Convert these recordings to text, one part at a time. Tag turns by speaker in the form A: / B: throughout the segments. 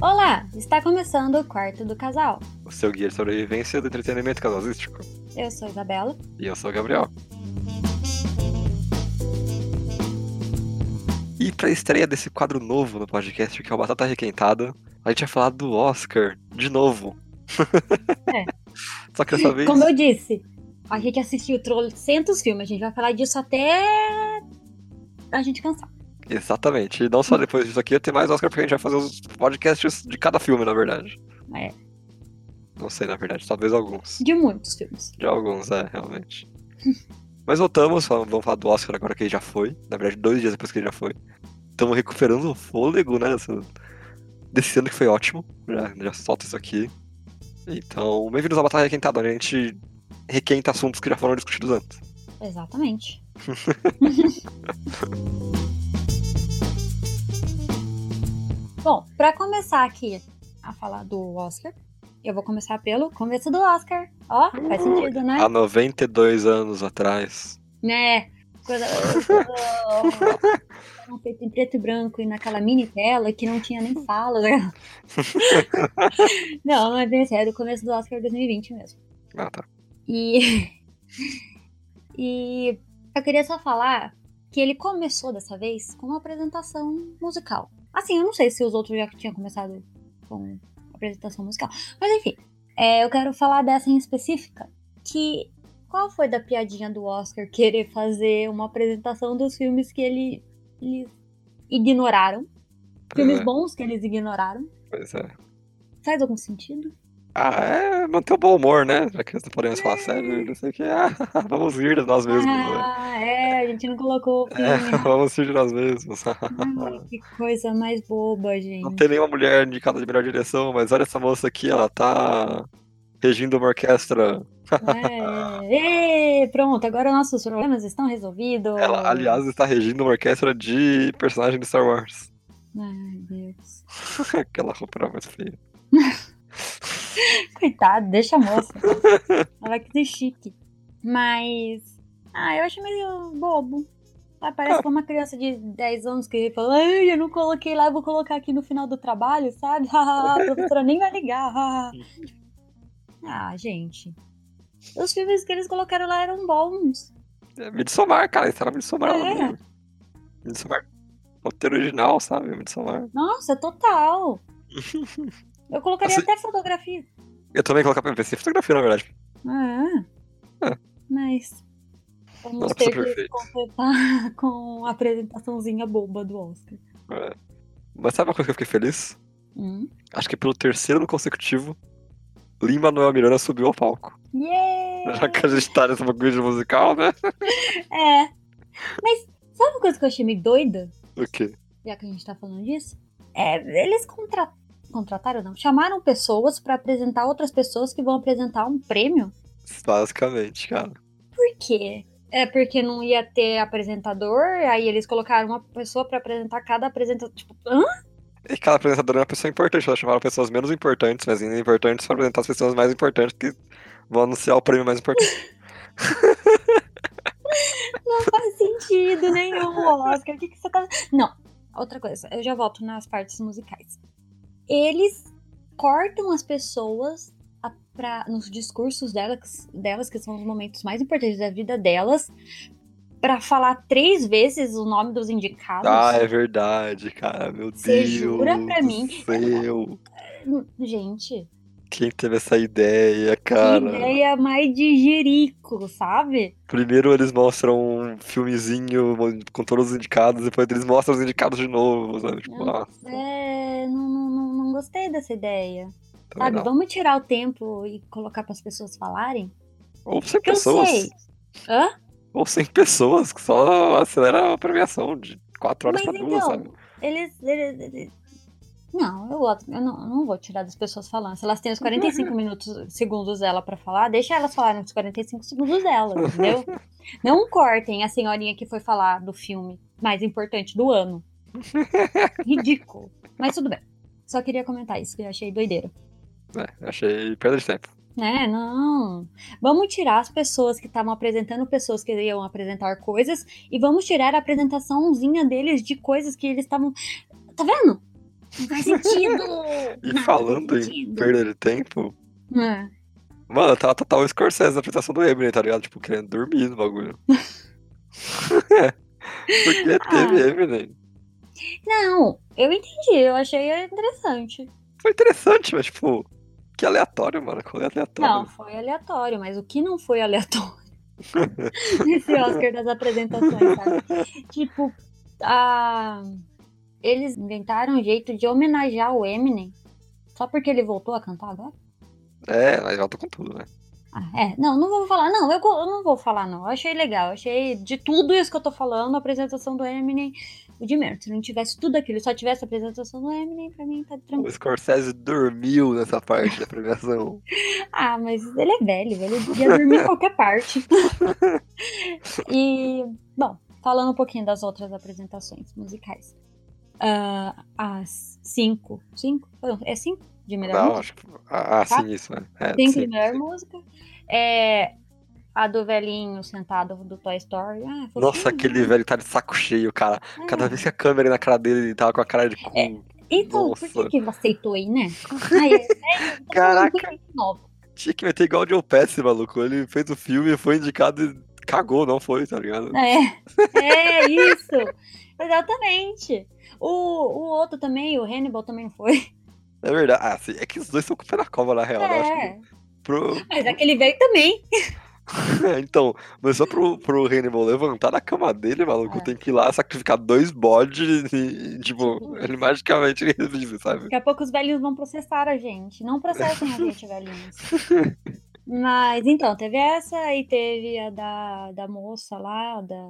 A: Olá, está começando o quarto do casal.
B: O seu guia de sobrevivência do entretenimento casalístico.
A: Eu sou Isabela.
B: E eu sou o Gabriel. E pra estreia desse quadro novo no podcast, que é o Batata Requentada, a gente vai falar do Oscar de novo.
A: É.
B: Só que dessa vez.
A: Como eu disse, a gente assistiu trocentos filmes, a gente vai falar disso até a gente cansar.
B: Exatamente. E não só depois disso aqui, tem mais Oscar, porque a gente vai fazer os podcasts de cada filme, na verdade.
A: É.
B: Não sei, na verdade, talvez alguns.
A: De muitos filmes.
B: De alguns, é, realmente. Mas voltamos, fal- vamos falar do Oscar agora que ele já foi. Na verdade, dois dias depois que ele já foi. Estamos recuperando o fôlego, né? Desse, desse ano que foi ótimo. Já, já solta isso aqui. Então, bem-vindos à Batalha Requentada, onde a gente requenta assuntos que já foram discutidos antes.
A: Exatamente. Bom, pra começar aqui a falar do Oscar, eu vou começar pelo começo do Oscar. Ó, faz sentido, né?
B: Há 92 anos atrás.
A: Né? Quando, quando eram feito em preto e branco e naquela mini tela que não tinha nem fala. né? não, mas é sério, o começo do Oscar 2020 mesmo.
B: Ah, tá.
A: E, e eu queria só falar que ele começou dessa vez com uma apresentação musical. Assim, eu não sei se os outros já tinham começado com apresentação musical. Mas enfim, é, eu quero falar dessa em específica. Que qual foi da piadinha do Oscar querer fazer uma apresentação dos filmes que ele, eles ignoraram?
B: Pois
A: Filmes
B: é,
A: bons que eles ignoraram?
B: pois é.
A: Faz algum sentido?
B: Ah, é manter o bom humor, né? Já que nós não podemos falar sério, não sei o que. Ah, vamos rir de nós mesmos, né?
A: ah, é, a gente não colocou o filme.
B: É, vamos rir de nós mesmos.
A: Ai, que coisa mais boba,
B: Não
A: gente.
B: tem nenhuma mulher indicada de melhor direção, mas olha essa moça aqui, ela tá regindo uma orquestra.
A: É. Ê, pronto, agora nossos problemas estão resolvidos.
B: Ela, aliás, está regindo uma orquestra de personagem de Star Wars.
A: Ai, Deus.
B: Aquela roupa era muito feia.
A: Coitado, deixa a moça. Ela vai que ser chique. Mas. Ah, eu acho meio bobo. Ah, parece que uma criança de 10 anos que fala, ai, eu não coloquei lá, eu vou colocar aqui no final do trabalho, sabe? a professora nem vai ligar. ah, gente. Os filmes que eles colocaram lá eram bons.
B: É Midsommar, cara, isso era Midsommar.
A: É.
B: ela não- Midsommar. Roteiro original, sabe? Midsommar.
A: Nossa, total. Eu colocaria
B: Assim-
A: até fotografia.
B: Eu também colocava pra PC fotografia, na verdade.
A: Ah,
B: É.
A: mas vamos
B: Nossa,
A: ter que
B: perfeito.
A: completar com a apresentaçãozinha boba do Oscar.
B: É. Mas sabe uma coisa que eu fiquei feliz?
A: Hum.
B: Acho que pelo terceiro ano consecutivo, Lin-Manuel Miranda subiu ao palco. Já
A: Yeah!
B: que a gente tá nesse bagulho de musical, né?
A: É. Mas sabe uma coisa que eu achei meio doida,
B: O quê?
A: já que a gente tá falando disso? É, eles contra- contrataram, não, chamaram pessoas pra apresentar outras pessoas que vão apresentar um prêmio.
B: Basicamente, cara.
A: Por quê? É porque não ia ter apresentador, aí eles colocaram uma pessoa pra apresentar cada apresentador. Tipo, hã?
B: E cada apresentadora é uma pessoa importante. Elas chamaram pessoas menos importantes, mas ainda importantes, para apresentar as pessoas mais importantes que vão anunciar o prêmio mais importante.
A: Não faz sentido nenhum, Oscar. O que, que você tá. Não, outra coisa, eu já volto nas partes musicais. Eles cortam as pessoas a- pra- nos discursos delas, delas, que são os momentos mais importantes da vida delas, pra falar três vezes o nome dos indicados.
B: Ah, é verdade, cara. Meu
A: Você
B: Deus.
A: jura pra
B: do
A: mim?
B: Céu.
A: Gente,
B: Quem teve essa ideia, cara?
A: que ideia mais de jerico, sabe?
B: Primeiro eles mostram um filmezinho com todos os indicados, depois eles mostram os indicados de novo, sabe? Tipo,
A: Não,
B: ah,
A: É, não, não- não- não gostei dessa ideia.
B: também
A: Sabe,
B: não.
A: vamos tirar o tempo e colocar pras pessoas falarem?
B: Ou 100
A: Que eu
B: pessoas.
A: sei. Hã?
B: Ou 100 pessoas, que só acelera a premiação de 4 horas
A: Mas
B: pra duas,
A: então,
B: sabe?
A: Eles, eles- eles- Não, eu, gosto- eu não, eu não vou tirar das pessoas falando. Se elas têm os 45 minutos, segundos dela pra falar, deixa elas falarem os 45 segundos dela, entendeu? não cortem a senhorinha que foi falar do filme mais importante do ano. Ridículo. Mas tudo bem. Só queria comentar isso, que eu achei doideira.
B: É, achei perda de tempo.
A: Né? Não. Vamos tirar as pessoas que estavam apresentando pessoas que iam apresentar coisas e vamos tirar a apresentaçãozinha deles de coisas que eles estavam. Tá vendo? Não faz sentido!
B: E
A: Nada
B: falando
A: faz
B: em
A: sentido.
B: perda de tempo,
A: É.
B: mano, tava total Scorsese na apresentação do Eminem, tá ligado? Tipo, querendo dormir no bagulho. É. Porque
A: Ah.
B: teve Eminem.
A: Não, eu entendi, eu achei interessante.
B: Foi interessante, mas tipo, que aleatório, mano. Qual é aleatório?
A: Não, foi aleatório, mas o que não foi aleatório nesse Oscar das apresentações, sabe? Tipo, a... eles inventaram um jeito de homenagear o Eminem só porque ele voltou a cantar agora?
B: É, mas volta com tudo, né?
A: Ah, é, não, não vou falar, não, eu, go- eu não vou falar, não. Eu achei legal, eu achei de tudo isso que eu tô falando, a apresentação do Eminem, o de menos. Se não tivesse tudo aquilo, só tivesse a apresentação do Eminem, pra mim tá tranquilo.
B: O Scorsese dormiu nessa parte da premiação.
A: Ah, mas ele é velho, ele podia dormir em qualquer parte. e, bom, falando um pouquinho das outras apresentações musicais. Ah, as cinco. Cinco? Foram- É cinco de melhor
B: Não,
A: música?
B: acho que. Ah, ah, sim, isso, né? É,
A: Cinco de
B: sim,
A: melhor
B: sim.
A: música. É, a do velhinho sentado do Toy Story. Ah, fofinho,
B: Nossa, aquele velho tá de saco cheio, cara.
A: né?
B: Cada vez que a câmera ia na cara dele, ele tava com a cara de cu.
A: É, Então, por
B: Nossa.
A: que, que ele aceitou aí, né? Ai, é, é, eu tô falando
B: Caraca.
A: bem de novo.
B: Tinha que meter igual o Joe Pesci, maluco. Ele fez o filme, foi indicado e cagou, não foi, tá ligado?
A: É, é isso. Exatamente. O, o outro também, o Hannibal também foi.
B: É verdade. Ah, sim, é que os dois são com o pé na cova, na real. né? Eu acho que
A: É,
B: pro-
A: mas aquele velho também.
B: então, mas só pro, pro Hannibal levantar da cama dele, maluco,
A: É.
B: tem que ir lá sacrificar dois bodes e, e, tipo,
A: Tipo
B: ele magicamente revive, sabe?
A: Daqui a pouco os velhinhos vão processar a gente. Não processem a gente, velhinhos. Mas então, teve essa e teve a da, da moça lá, da,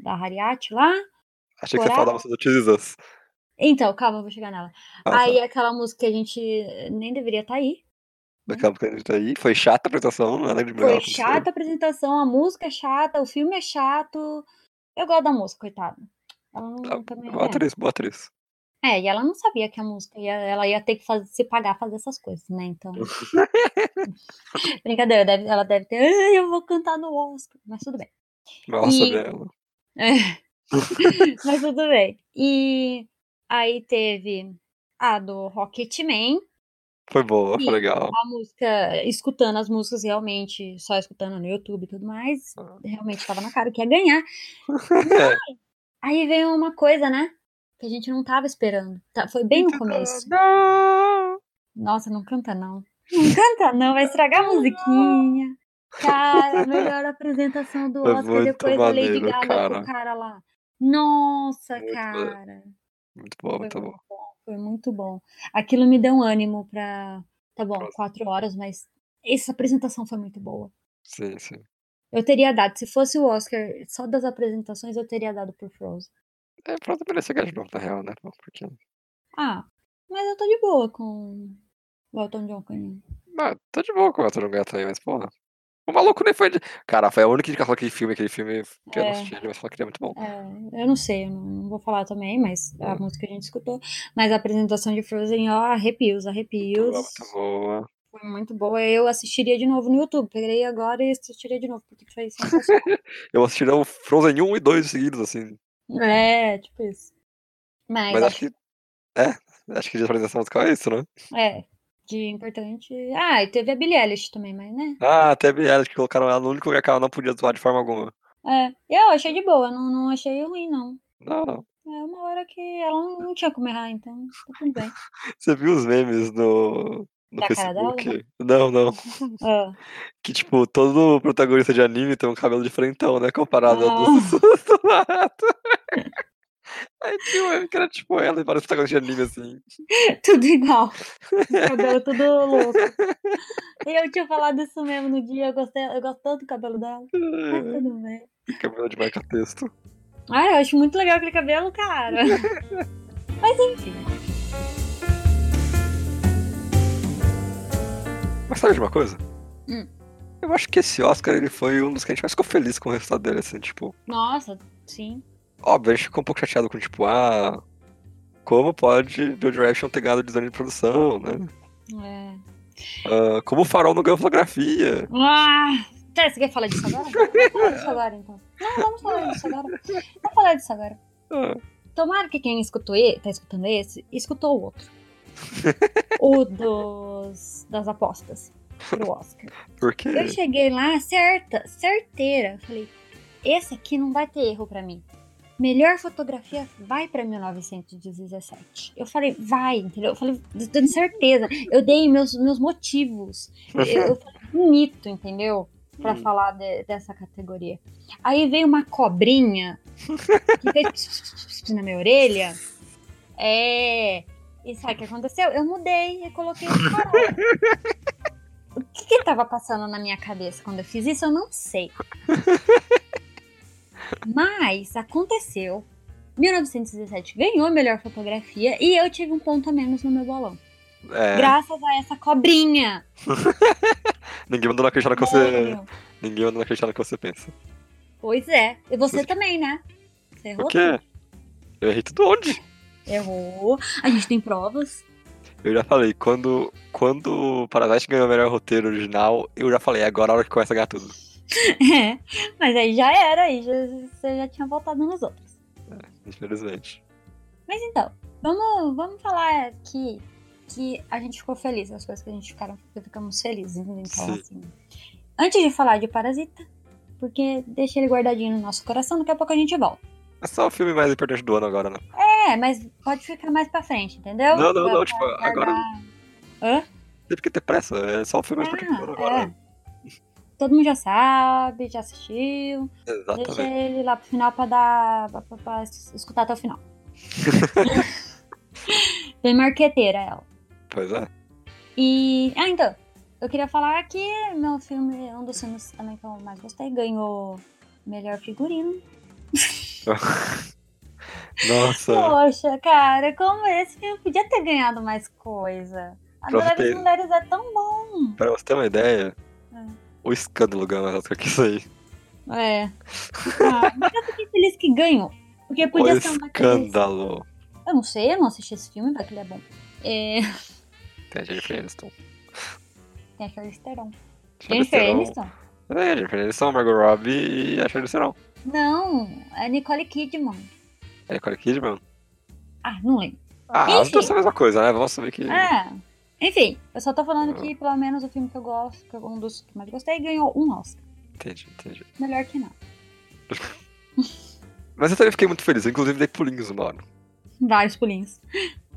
A: da Hariati lá.
B: Achei que você
A: Coragem.
B: falava sobre o Jesus.
A: Então, calma, eu vou chegar nela.
B: Ah, tá.
A: aí aquela música que a gente nem deveria estar aí.
B: Daqui a pouco a gente tá aí. Foi chata a apresentação, nada de melhor.
A: Foi
B: aconteceu.
A: chata a apresentação, a música é chata, o filme é chato. Eu gosto da moça, coitada. Ela não,
B: Tá,
A: também
B: Boa
A: é.
B: atriz, boa atriz.
A: É, e ela não sabia que a música ia, ela ia ter que fazer- se pagar fazer essas coisas, né? Então. Brincadeira, deve- ela deve ter. "Ai, eu vou cantar no Oscar, mas tudo bem.
B: Nossa,
A: E-
B: velho.
A: Mas tudo bem. E aí teve a do Rocketman,
B: Foi boa,
A: E-
B: foi legal.
A: a música, escutando as músicas realmente, só escutando no YouTube e tudo mais,
B: Ah.
A: realmente tava na cara que ia ganhar. Aí veio uma coisa, né? Que a gente não tava esperando. Tá, foi bem no começo.
B: Não!
A: Nossa, não canta não. Não canta não, vai estragar a musiquinha. Cara, a melhor apresentação do
B: Foi
A: Oscar
B: muito
A: depois da Lady
B: maneiro,
A: Gaga com
B: cara.
A: o cara lá. Nossa,
B: Muito maneiro.
A: cara.
B: Muito bom, muito
A: Foi
B: bom.
A: Foi muito bom. Aquilo me deu um ânimo pra. Tá bom,
B: Próximo.
A: quatro horas, mas essa apresentação foi muito boa.
B: Sim, sim.
A: Eu teria dado, se fosse o Oscar só das apresentações, eu teria dado pro Frozen.
B: É, pronto, merecia ganhar de novo, na real, né? pô, Porque...
A: Ah, mas eu tô de boa com o Elton John ganhando.
B: Não, tô tá de boa com o Elton John ganhar também, mas porra. O maluco nem foi. de- Cara, foi a única indicação daquele filme, aquele filme que eu não
A: É.
B: assisti, mas falou que ele é muito bom.
A: É, eu não sei, eu não, não vou falar também, mas a
B: Hum.
A: música a gente escutou. Mas a apresentação de Frozen, ó, arrepios,
B: Muito
A: arrepios.
B: boa, muito boa.
A: Foi muito boa. Eu assistiria de novo no YouTube. Peguei agora e assistiria de novo, porque foi sensacional.
B: Eu assisti o Frozen 1 e 2 seguidos, assim.
A: é, tipo isso. Mas,
B: Mas
A: Ah, acho
B: acho que. É, acho que de apresentação musical é isso, né?
A: É, de importante. Ah, e teve a Billie Eilish também, mas né?
B: Ah, até elas que colocaram ela no único lugar que ela não podia atuar de forma alguma.
A: É, eu achei de boa, não, não achei ruim, não.
B: Não, não.
A: É uma hora que ela não, não tinha como errar, então tá tudo bem.
B: Você viu os memes no. No
A: Da cara dela?
B: Facebook? Não, não.
A: Ah,
B: Que tipo, todo protagonista de anime tem um cabelo diferentão, né? Comparado ao
A: Ah.
B: do Sussuto Mato. Aí tinha um meme que era tipo ela e vários protagonistas de anime assim.
A: é tudo igual. Cabelo tudo louco. Eu tinha falado isso mesmo no dia, eu, gostei, eu gosto tanto do cabelo dela, mas tudo bem.
B: Cabelo de marca texto.
A: Ah, eu acho muito legal aquele cabelo, cara. Mas enfim.
B: Mas sabe de uma coisa?
A: Hum.
B: Eu acho que esse Oscar ele foi um dos que a gente mais ficou feliz com o resultado dele, assim, tipo.
A: Nossa, sim.
B: Óbvio, a gente ficou um pouco chateado com, tipo, ah. Como pode Joe Direction ter ganhado design de produção, né?
A: É.
B: Ah, como o Farol não ganhou fotografia.
A: Ah, tá, você quer falar disso agora? Vamos falar disso agora, então. Não, vamos falar disso agora. Vamos falar disso agora.
B: Ah,
A: Tomara que quem escutou e, tá escutando esse, escutou o outro. o dos, das apostas pro Oscar.
B: Porque.
A: Eu cheguei lá certa, certeira. Falei, esse aqui não vai ter erro pra mim. Melhor fotografia vai pra 1917. Eu falei, vai, entendeu? Eu falei, dando certeza. Eu dei meus, meus motivos. Eu, eu falei, bonito, entendeu? Pra
B: Hum.
A: falar de- dessa categoria. Aí veio uma cobrinha que fez na minha orelha. É. E sabe o que aconteceu? Eu mudei e coloquei o farol. O que que tava passando na minha cabeça quando eu fiz isso, eu não sei. Mas aconteceu. 1917 ganhou a melhor fotografia e eu tive um ponto a menos no meu bolão.
B: É,
A: Graças a essa cobrinha. Né,
B: ninguém mandou não acreditar no que você.
A: Mano,
B: Ninguém mandou não acreditar no que você pensa.
A: Pois é. E você
B: Você-
A: também, né? Você errou?
B: Por quê? Eu errei tudo onde?
A: Errou. A gente tem provas.
B: Eu já falei, quando, quando o Parasite ganhou o melhor roteiro original, eu já falei, agora é a hora que começa a ganhar tudo.
A: É. Mas aí já era, aí já, você já tinha voltado nas outras.
B: Infelizmente.
A: Mas então, vamos, vamos falar aqui que a gente ficou feliz, as coisas que a gente ficaram, que ficamos felizes. Então,
B: Sim.
A: assim, antes de falar de Parasita, porque deixa ele guardadinho no nosso coração, daqui a pouco a gente volta.
B: É só o filme mais importante do ano agora, né?
A: É, mas pode ficar mais pra frente, entendeu?
B: Não, não,
A: Vai-
B: não, tipo,
A: vai
B: agora-
A: guardar-
B: Não tem porque ter pressa, é só o filme mais importante do ano
A: Ah,
B: agora.
A: é. Todo mundo já sabe, já assistiu.
B: Tá
A: Deixa
B: Exatamente.
A: ele lá pro final pra dar. pra, pra- pra es- escutar até o final. Bem marqueteira ela.
B: Pois é.
A: E. Ah, então. Eu queria falar que meu filme, um dos filmes também que eu mais gostei, ganhou melhor figurino.
B: Nossa,
A: Poxa, cara, como esse filme podia ter ganhado mais coisa. Adoráveis
B: certeza.
A: Mulheres é tão bom.
B: pra você ter uma ideia,
A: Ah.
B: o escândalo ganhou mais Oscar que isso aí.
A: É. Ah, mas eu fiquei feliz que ganhou. Porque
B: O
A: podia ser um daqueles.
B: escândalo.
A: Eu não sei, eu não assisti esse filme, vai que ele é bom. É...
B: Tem a Jennifer Aniston.
A: Tem a Charlize Theron.
B: Charlize
A: Jennifer
B: Theron.
A: Aniston?
B: um- É, Jennifer Aniston, Margot Robbie e a Charlize Theron.
A: Não, é Nicole Kidman.
B: É Nicole Kidman?
A: Ah, não lembro.
B: Ah, as
A: Enfim.
B: duas são a mesma coisa, né? Vamos assumir que...
A: Ah, enfim, eu só tô falando que pelo menos o filme que eu gosto, que é um dos que eu mais gostei, ganhou um Oscar.
B: Entendi, entendi.
A: Melhor que nada.
B: Mas eu também fiquei muito feliz, eu, inclusive dei pulinhos, mano.
A: Vários pulinhos.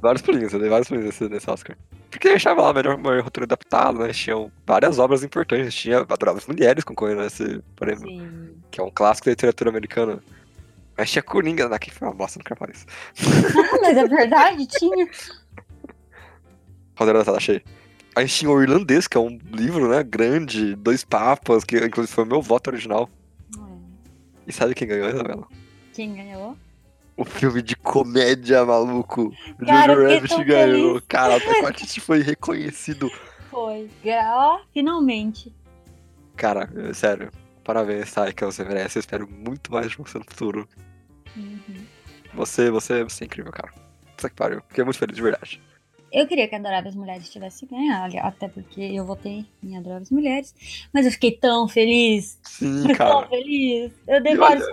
B: Vários pulinhos, eu dei vários pulinhos nesse, nesse Oscar. Porque eu achava lá melhor, melhor roteiro adaptado, né? Tinham várias obras importantes, tinha adoráveis mulheres né? concorrendo nesse prêmio,
A: Sim.
B: que é um clássico da literatura americana. Mas tinha Coringa, né? Que foi uma bosta, não quero falar isso.
A: Ah, mas é verdade, tinha.
B: Roteiro adaptado, achei. Aí tinha o Irlandês, que é um livro, né? Grande, dois papas, que inclusive foi o meu voto original.
A: É.
B: E sabe quem ganhou, Isabela?
A: Quem ganhou?
B: O um filme de comédia, maluco.
A: Cara, eu
B: Jojo
A: fiquei
B: Rabbit
A: tão
B: ganhou. Cara, o Patete foi reconhecido.
A: Foi. Gra- Ó, finalmente.
B: Cara, eu- sério. Parabéns, Taika. Você merece. Eu espero muito mais de você no futuro.
A: Uhum.
B: Você, você, você é incrível, cara. Puta que pariu. Fiquei muito feliz, de verdade.
A: Eu queria que Adoráveis Mulheres tivesse ganho, olha, até porque eu votei em Adoráveis Mulheres. Mas eu fiquei tão feliz,
B: Sim,
A: tão
B: cara.
A: feliz. Eu dei
B: E
A: vários.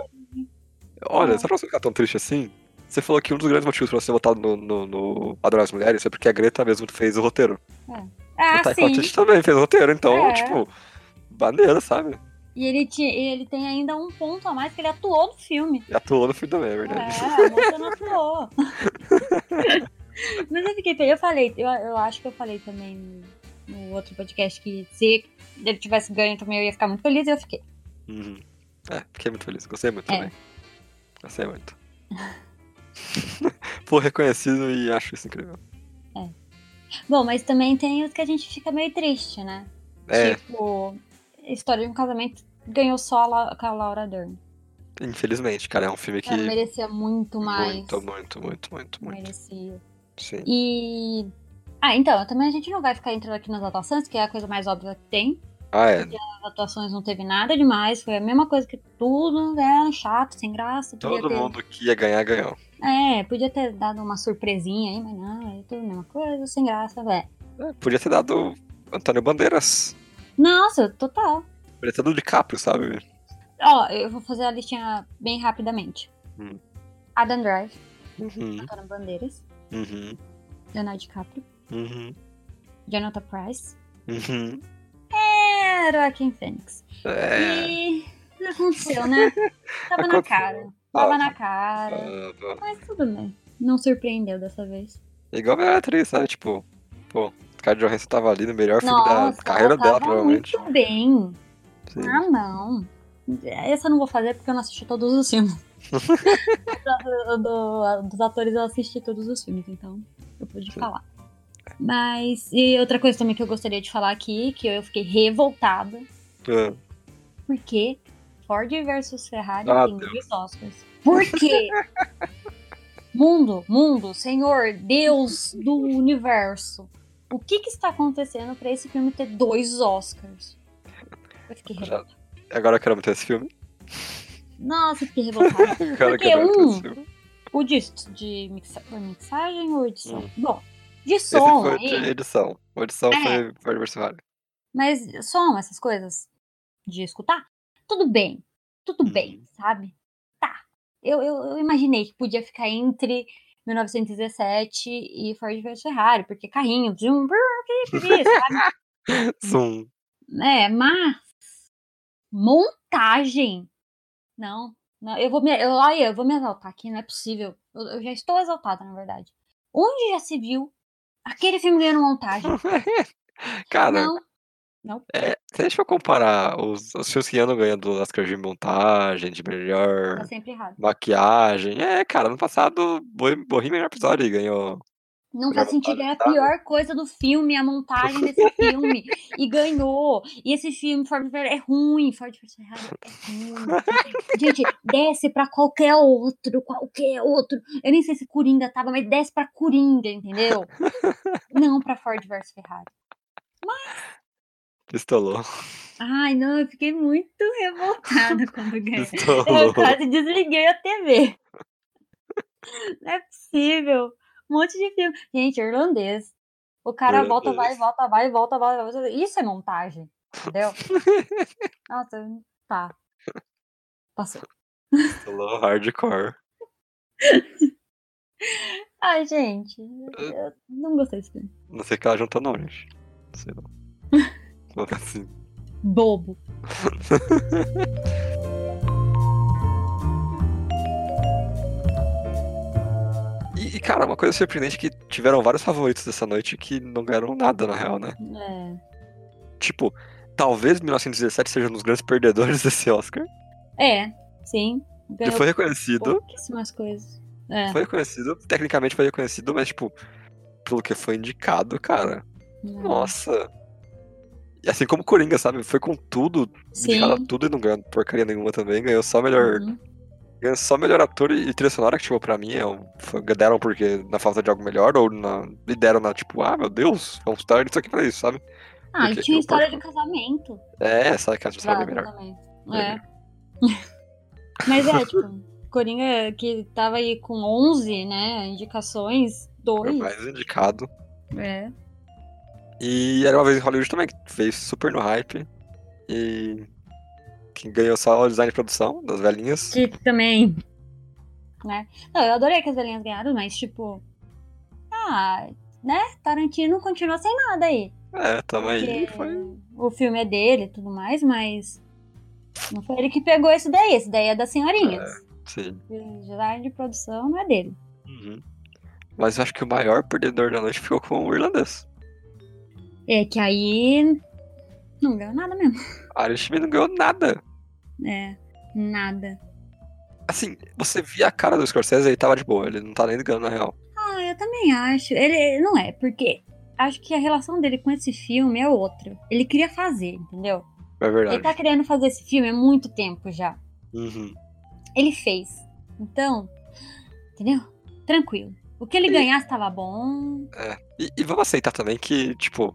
B: Olha, só pra você ficar tão triste assim, você falou que um dos grandes motivos pra você votar no, no, no Adorar as Mulheres é porque a Greta mesmo fez o roteiro. o
A: Ah,
B: Taika
A: sim.
B: Waititi também fez o roteiro, então,
A: É.
B: tipo, maneiro, sabe?
A: E ele, tinha, e ele tem ainda um ponto a mais que ele atuou no filme.
B: E atuou no filme também, é
A: É,
B: verdade.
A: a moça não atuou. Mas eu fiquei feliz. Eu falei, eu, eu acho que eu falei também no, no outro podcast que se ele tivesse ganho também eu ia ficar muito feliz e eu fiquei.
B: Uhum. É, fiquei muito feliz. Gostei muito
A: É.
B: também. Gostei muito. Foi reconhecido e acho isso incrível.
A: Bom, mas também tem os que a gente fica meio triste, né?
B: É,
A: Tipo, História de um Casamento ganhou só a La- com a Laura Dern.
B: infelizmente, cara, é um filme que.
A: Ela merecia muito mais.
B: Muito, muito, muito, muito, muito.
A: Merecia.
B: Sim.
A: E. Ah, então, também a gente não vai ficar entrando aqui nas atuações, que é a coisa mais óbvia que tem.
B: Ah, é.
A: As atuações não teve nada demais, foi a mesma coisa que tudo, né? Chato, sem graça. podia
B: Todo
A: ter...
B: mundo que ia ganhar, ganhou.
A: É, podia ter dado uma surpresinha aí, mas não, é tudo a mesma coisa, sem graça, velho.
B: É, podia ter dado Antônio Bandeiras.
A: Nossa, total.
B: Podia ter dado DiCaprio, sabe?
A: Ó, eu vou fazer a listinha bem rapidamente.
B: Hum.
A: Adam Drive,
B: Uhum,
A: Antônio Bandeiras,
B: uhum,
A: Leonardo DiCaprio,
B: uhum,
A: Jonathan Price,
B: uhum.
A: era o Joaquim Fênix.
B: É.
A: E não aconteceu, né? Tava na
B: Aconteceu.
A: cara. Tava
B: Ah,
A: na cara.
B: ah, tá.
A: Mas tudo bem. Não surpreendeu dessa vez.
B: Igual a atriz, sabe? Tipo, pô, Scarlett Johansson tava ali no melhor filme
A: Nossa,
B: da carreira
A: ela tava
B: dela, provavelmente.
A: muito bem.
B: Sim.
A: Ah, não. Essa eu não vou fazer porque eu não assisti todos os filmes. Do- do- dos atores eu assisti todos os filmes, então eu pude falar. Mas, e outra coisa também que eu gostaria de falar aqui, que eu fiquei revoltada,
B: Ah,
A: porque Ford versus Ferrari
B: Ah,
A: tem
B: Deus.
A: dois Oscars. Por quê? mundo, mundo, Senhor, Deus do universo. O que, que está acontecendo pra esse filme ter dois Oscars? Eu fiquei
B: Já-
A: revoltada.
B: Agora eu quero muito esse filme.
A: Nossa, eu fiquei revoltada.
B: Agora eu
A: Porque
B: quero muito
A: um-
B: esse filme.
A: O disco de mixa- foi mixagem ou edição?
B: Hum.
A: Bom, de
B: Esse
A: som
B: foi
A: aí,
B: de edição. A edição
A: um? É.
B: foi foi aniversário.
A: mas som, essas coisas de escutar, tudo bem, tudo
B: Uhum.
A: bem, sabe? Tá, eu, eu, eu imaginei que podia ficar entre 1917 e Ford vs Ferrari, porque carrinho, zoom, brrr, brrr, brrr, sabe?
B: Zoom.
A: É, mas montagem, não, não, eu vou me, eu, olha, eu vou me exaltar aqui, não é possível, eu, eu já estou exaltada, na verdade. Onde já se viu aquele filme ganhando montagem?
B: Cara,
A: Não.
B: se a gente for comparar os, os filmes que andam ganhando Oscar de montagem, de melhor
A: Tá sempre errado.
B: maquiagem. É, cara, no passado, Bo- Bohemian melhor episódio e ganhou.
A: Não
B: Melhor
A: faz sentido, é a
B: montagem,
A: pior coisa do filme, a montagem desse filme. E ganhou. E esse filme, Ford vs Ferrari, é ruim. Ford vs Ferrari é ruim. Gente, desce pra qualquer outro, qualquer outro. Eu nem sei se Coringa tava, mas desce pra Coringa, entendeu? Não pra Ford vs Ferrari.
B: Pistolou.
A: Ai, não, eu fiquei muito revoltada quando ganhei. É, Eu
B: Pistolou.
A: quase desliguei a TV. Não é possível. Um monte de filme. Gente, irlandês. O cara volta, vai,
B: Irlandês.
A: volta, vai, volta, vai, volta. Isso é montagem. Entendeu? Nossa, tá. Passou.
B: Pistolou hardcore.
A: Ai, gente.
B: É.
A: Eu não gostei desse filme.
B: Não sei o que ela juntou, não, gente. Não sei não. Vou ficar assim.
A: Bobo.
B: E, e, cara, uma coisa surpreendente é que tiveram vários favoritos dessa noite que não ganharam nada, na real, né?
A: É.
B: Tipo, talvez 1917 seja um dos grandes perdedores desse Oscar.
A: É, sim.
B: Ele
A: Ganhou
B: foi reconhecido.
A: pouquíssimas coisas. É.
B: Foi reconhecido. Tecnicamente foi reconhecido, mas, tipo, pelo que foi indicado, cara.
A: Uhum.
B: Nossa. E assim como Coringa, sabe? Foi com tudo,
A: Sim.
B: indicado a tudo e não ganhou porcaria nenhuma também. Ganhou só melhor.
A: Uhum.
B: Ganhou só melhor ator e e trilha sonora, que, tipo, pra mim, é um, foi- deram porque na falta de algo melhor, ou na, e deram na, tipo, ah, meu Deus, vamos dar isso aqui pra isso, sabe?
A: Ah,
B: Porque
A: e tinha
B: eu
A: história
B: posso-
A: de casamento.
B: É, sabe que a trilha sonora é
A: Claro,
B: bem melhor.
A: também.
B: Bem
A: É. Mas é, tipo, Coringa que tava aí com 11, né, indicações,
B: Foi o
A: dois.
B: mais indicado.
A: É.
B: E era uma vez em Hollywood também, que fez super no hype. E. Quem ganhou só o design de produção das velhinhas.
A: Que também, né. Não, eu adorei que as velhinhas ganharam, mas, tipo, ah, né, Tarantino continua sem nada aí.
B: É, tamo aí.
A: Porque
B: Foi.
A: O filme é dele e tudo mais, mas não foi ele que pegou isso daí, esse daí é das senhorinhas.
B: Sim.
A: O Design de produção não é dele.
B: Uhum. Mas eu acho que o maior perdedor da noite ficou com o irlandês.
A: É que aí não ganhou nada mesmo.
B: A Schmidt não ganhou nada.
A: É, nada.
B: Assim, você via a cara do Scorsese e ele tava de boa, ele não tá nem ligando na real.
A: Ah, eu também acho. Ele não é, porque acho que a relação dele com esse filme é outra. Ele queria fazer, entendeu?
B: É verdade.
A: Ele tá querendo fazer esse filme há muito tempo já.
B: Uhum.
A: Ele fez. Então, entendeu? Tranquilo. O que ele
B: E-
A: ganhasse tava bom.
B: E, e vamos aceitar também que, tipo.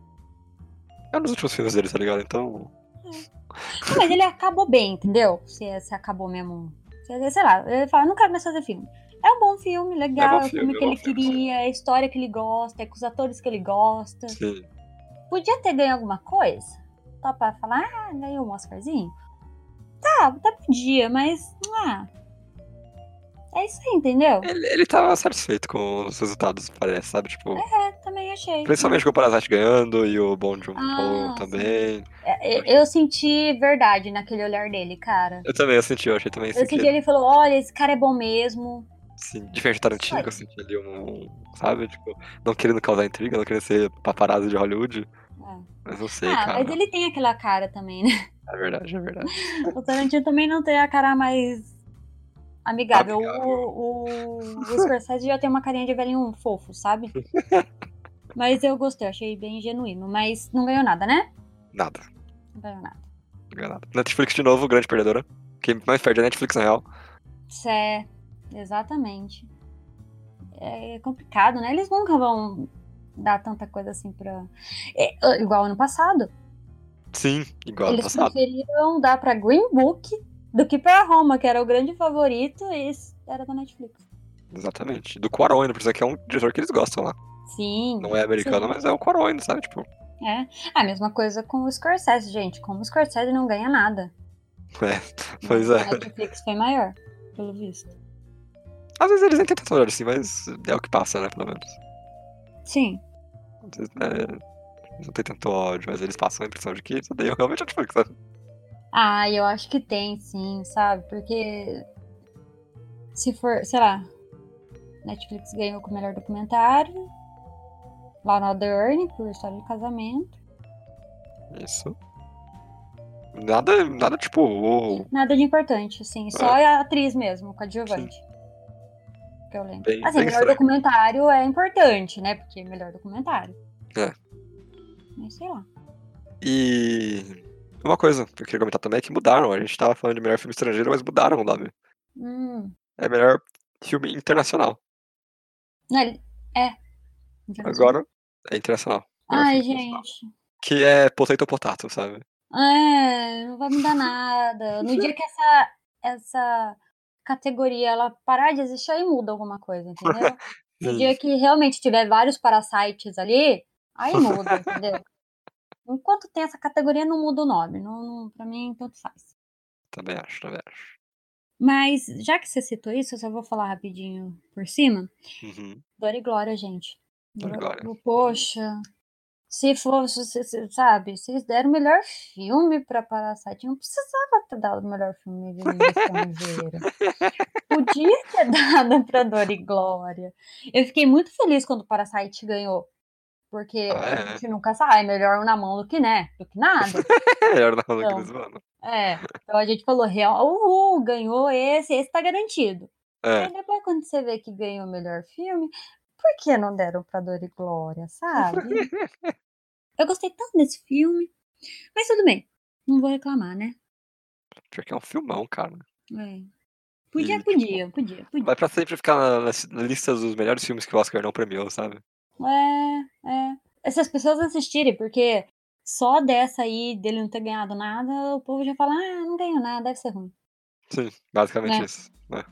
B: É um dos últimos filmes dele, tá ligado? Então.
A: Não, Ah, mas ele acabou bem, entendeu? Se, se acabou mesmo. se- Sei lá, ele fala, não quero mais fazer filme. É um bom filme, legal, é, o filme,
B: filme, é
A: que
B: um
A: ele
B: bom filme,
A: queria, é a história que ele gosta, é com os atores que ele gosta.
B: Sim.
A: podia ter ganho alguma coisa? Só pra falar, ah, ganhou um Oscarzinho? Tá, até podia, mas. Ah. É isso aí, entendeu?
B: Ele, ele tava satisfeito com os resultados, parece, sabe? Tipo,
A: É, também achei.
B: principalmente com o Parasite ganhando e o Bon Joon
A: Ah,
B: Ho também.
A: É, é, Eu senti verdade naquele olhar dele, cara.
B: Eu também, eu senti, eu achei também
A: Eu senti ele falou, olha, esse cara é bom mesmo.
B: Sim, diferente do Tarantino, que eu senti ali um. Sabe? Tipo, não querendo causar intriga, não querendo ser paparazzo de Hollywood.
A: É.
B: Mas não sei,
A: ah,
B: cara.
A: mas ele tem aquela cara também, né?
B: É verdade, é verdade.
A: O Tarantino também não tem a cara mais amigável.
B: Amigável.
A: O, o, o Scorsese já tem uma carinha de velhinho fofo, sabe? Mas eu gostei, achei bem genuíno. Mas não ganhou nada, né?
B: Nada,
A: Não ganhou nada.
B: não ganha nada. Netflix de novo, grande perdedora. Quem mais perde é a Netflix, na real.
A: Isso é, exatamente. É complicado, né? Eles nunca vão dar tanta coisa assim pra. É, igual ano passado.
B: Sim, igual ano
A: Eles
B: passado.
A: preferiram dar pra Green Book do que pra Roma, que era o grande favorito, e esse era da Netflix.
B: Exatamente. Do Quaron ainda, por isso que é um diretor que eles gostam lá.
A: Sim.
B: Não é americano,
A: Sim.
B: mas é o Quaron ainda, sabe? Tipo,
A: É. A mesma coisa com o Scorsese, gente. Como o Scorsese não ganha nada. Né?
B: é. Pois é.
A: A Netflix foi maior, pelo visto.
B: Às vezes eles nem tentam fazer assim, mas é o que passa, né? Pelo menos.
A: Sim.
B: Às vezes, né, Não tem tanto ódio, mas eles passam a impressão de que isso daí é realmente a Netflix, sabe?
A: Ah, eu acho que tem, sim, sabe? Porque se for, sei lá, Netflix ganhou com o melhor documentário, Lana Dern por história de casamento,
B: Isso. Nada, nada tipo, uou,
A: nada de importante, assim,
B: Ah.
A: só a atriz mesmo, com a Giovante. Que eu lembro.
B: Bem-
A: assim,
B: bem
A: melhor
B: estranho.
A: documentário é importante, né? Porque é melhor documentário.
B: É.
A: Mas sei lá.
B: E uma coisa que eu queria comentar também é que mudaram. A gente tava falando de melhor filme estrangeiro, mas mudaram o nome.
A: Hum.
B: É melhor filme internacional.
A: Não, ele- é.
B: Agora é internacional. Melhor
A: Ai,
B: filme internacional.
A: gente.
B: Que é Potato Potato, sabe?
A: É, não vai mudar nada. No dia que essa, essa categoria ela parar de existir, aí muda alguma coisa, entendeu? No
B: Sim.
A: dia que realmente tiver vários parasites ali, aí muda, entendeu? Enquanto tem essa categoria, não muda o nome. Não, não, pra mim, tanto faz.
B: Também acho, também acho.
A: Mas, já que você citou isso, eu só vou falar rapidinho por cima.
B: Uhum.
A: Dor e glória, gente.
B: Dor e glória.
A: Poxa. Se fosse, se- se- sabe, vocês deram o melhor filme pra Parasite. Não precisava ter dado o melhor filme de língua estrangeira. Podia ter dado pra Dor e Glória. Eu fiquei muito feliz quando o Parasite ganhou. Porque
B: Ah, é?
A: a gente nunca sabe, é melhor um na mão do que, né? Do que nada.
B: É, era na Holanda que
A: Então.
B: eles mano.
A: É. Então a gente falou, real, uhul, ganhou esse, esse tá garantido.
B: É,
A: Aí depois, quando você vê que ganhou o melhor filme, por que não deram pra Dor e Glória, sabe? Eu gostei tanto desse filme. Mas tudo bem. Não vou reclamar, né?
B: porque é um filmão, cara.
A: É. Podia,
B: E-
A: podia, podia, podia.
B: Vai pra sempre ficar na, nas listas dos melhores filmes que o Oscar não premiou, sabe?
A: É, é. Essas pessoas assistirem, porque só dessa aí dele não ter ganhado nada, o povo já fala, ah, não ganhou nada, deve ser ruim.
B: Sim, basicamente
A: É.
B: isso. né?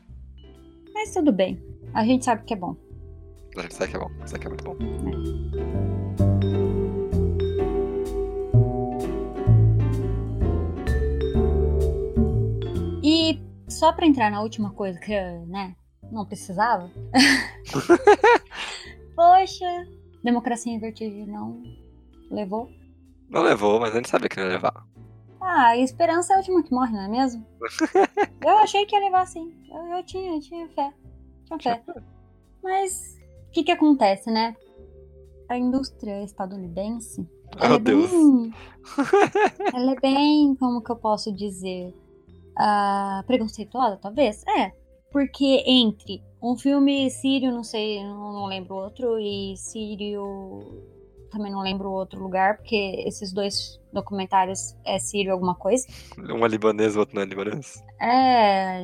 A: Mas tudo bem. A gente sabe que é bom.
B: Mas Isso aqui é bom, isso aqui é muito bom.
A: E só pra entrar na última coisa que, né, não precisava. Poxa, democracia em vertigem não levou.
B: Não levou, mas a gente sabia que não ia levar.
A: Ah, e esperança é a última que morre, não é mesmo? eu achei que ia levar sim. Eu, eu tinha, eu tinha fé. Tinha fé. Mas o que que acontece, né? A indústria estadunidense, ela
B: Meu
A: é
B: Deus.
A: bem... ela é bem, como que eu posso dizer, ah, preconceituosa, talvez? É, porque entre um filme sírio, não sei, não, não lembro o outro, e sírio... Também não lembro o outro lugar, porque esses dois documentários é sírio alguma coisa.
B: Um é libanês, o outro não é libanês.
A: É.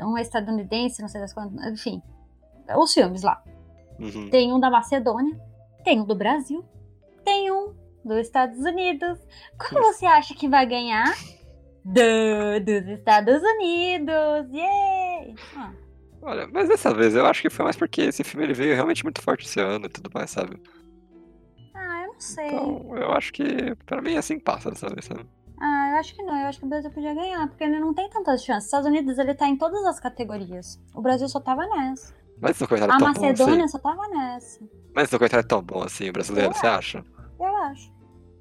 A: Um estadunidense, não sei das quantas. Enfim. Os filmes lá.
B: Uhum.
A: Tem um da Macedônia, tem um do Brasil, tem um dos Estados Unidos. Qual você acha que vai ganhar? Do- dos Estados Unidos! Yay! Ah,
B: Olha, mas dessa vez eu acho que foi mais porque esse filme ele veio realmente muito forte esse ano e tudo mais,
A: É.
B: sabe?
A: ah, eu não sei.
B: Então eu acho que pra mim assim passa dessa vez, sabe?
A: Ah, eu acho que não. Eu acho que o Brasil podia ganhar, porque ele não tem tantas chances. Estados Unidos, ele tá em todas as categorias. O Brasil só tava nessa.
B: Mas seu comentário é
A: A
B: tão bom
A: Macedônia
B: assim.
A: só tava nessa.
B: Mas seu comentário é tão bom assim, brasileiro,
A: Eu
B: você acha?
A: Eu acho.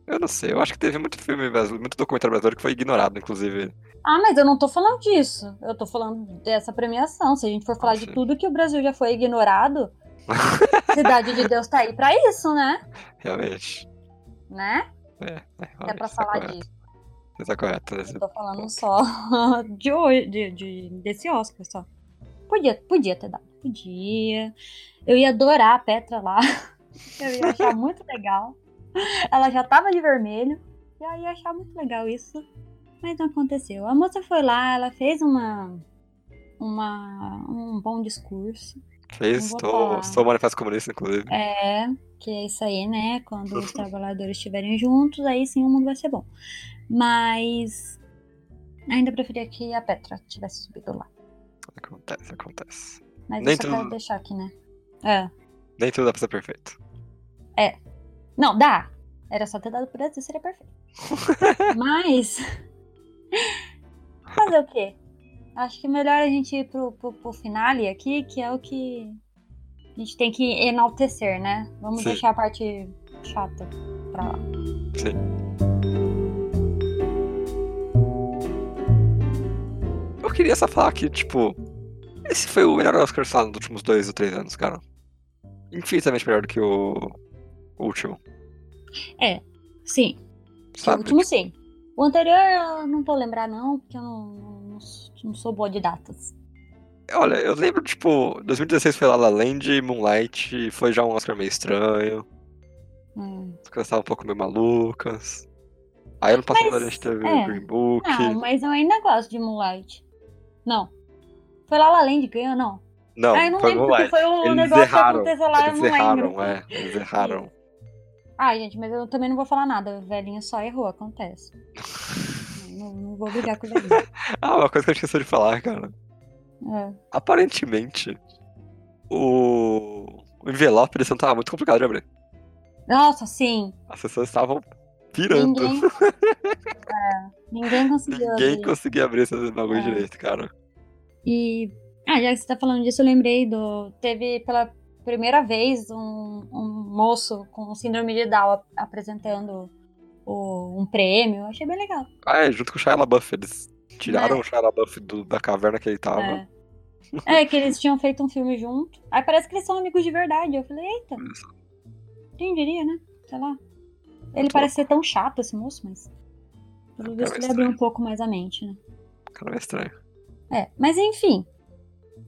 B: Eu não sei, eu acho que teve muito filme brasileiro, muito documentário brasileiro que foi ignorado, inclusive.
A: Ah, mas eu não tô falando disso. Eu tô falando dessa premiação. Se a gente for falar de
B: sim.
A: tudo que o Brasil já foi ignorado, Cidade de Deus tá aí pra isso, né?
B: Realmente.
A: Né?
B: realmente
A: É pra
B: tá
A: falar
B: correto,
A: disso.
B: Você tá correto.
A: Eu
B: né?
A: tô falando só de hoje, de, de- desse Oscar só. Podia, podia ter dado. Podia. Eu ia adorar a Petra lá. Eu ia achar muito legal. Ela já tava de vermelho. E aí ia achar muito legal isso. Mas não aconteceu. A moça foi lá, ela fez uma. Uma, um bom discurso.
B: Fez,
A: vou
B: estou,
A: falar.
B: estou manifesto comunista, inclusive.
A: É, que é isso aí, né? Quando os trabalhadores estiverem juntos, aí sim o mundo vai ser bom. Mas ainda preferia que a Petra tivesse subido lá.
B: Acontece, acontece.
A: Mas
B: Nem
A: eu só
B: tudo-
A: quero deixar aqui, né? É.
B: Nem tudo dá pra ser perfeito.
A: Não, dá. Era só ter dado por essa, seria perfeito. Mas. Fazer o quê? Acho que é melhor a gente ir pro, pro, pro finale aqui, que é o que a gente tem que enaltecer, né? Vamos
B: Sim.
A: deixar a parte chata pra lá.
B: Eu queria só falar que, tipo, esse foi o melhor Oscar sei lá, nos últimos dois ou três anos, cara. Infinitamente melhor do que o, o último.
A: Sim. Que o
B: Sabe?
A: último sim. O anterior eu não vou lembrar, não, porque eu não, não- não sou boa de datas.
B: Olha, eu lembro, tipo, 2016 foi La La Land, Moonlight, foi já um Oscar meio estranho,
A: Hum.
B: as coisas estavam um pouco meio malucas. Aí ano passado
A: Mas,
B: a gente teve
A: é.
B: o Green Book.
A: Não, mas eu ainda gosto de Moonlight. Não. Foi lá La Land que ganhou, não?
B: Não,
A: ah, eu não
B: foi
A: lembro, porque
B: Moonlight.
A: foi o
B: Eles
A: negócio
B: erraram,
A: que aconteceu lá, eu
B: Eles
A: não
B: erraram,
A: lembro.
B: é. Eles erraram.
A: Ah, gente, mas eu também não vou falar nada. O velhinho só errou, acontece. não, não vou brigar com o velhinho.
B: Ah, uma coisa que eu esqueci de falar, cara.
A: É.
B: Aparentemente, o, o envelope desse ano tava muito complicado de abrir.
A: Nossa, sim.
B: As pessoas estavam pirando.
A: Ninguém. É, ninguém conseguiu.
B: Ninguém
A: abrir.
B: conseguia abrir esse bagulho
A: É.
B: direito, cara.
A: E. Ah, já que você tá falando disso, eu lembrei do. Teve pela primeira vez um, um moço com síndrome de Down ap- apresentando o- um prêmio. Eu achei bem legal.
B: Ah, é, junto com o Shia LaBeouf, eles tiraram
A: É.
B: o Shia LaBeouf do- da caverna que ele tava.
A: É. É, que eles tinham feito um filme junto. Aí parece que eles são amigos de verdade. Eu falei, eita, quem diria, né? Sei lá. Ele
B: Muito
A: parece ser tão chato, esse moço, mas. Pelo
B: Cara,
A: visto, ele
B: estranho.
A: abriu um pouco mais a mente, né?
B: Cara, é estranho.
A: É, mas enfim,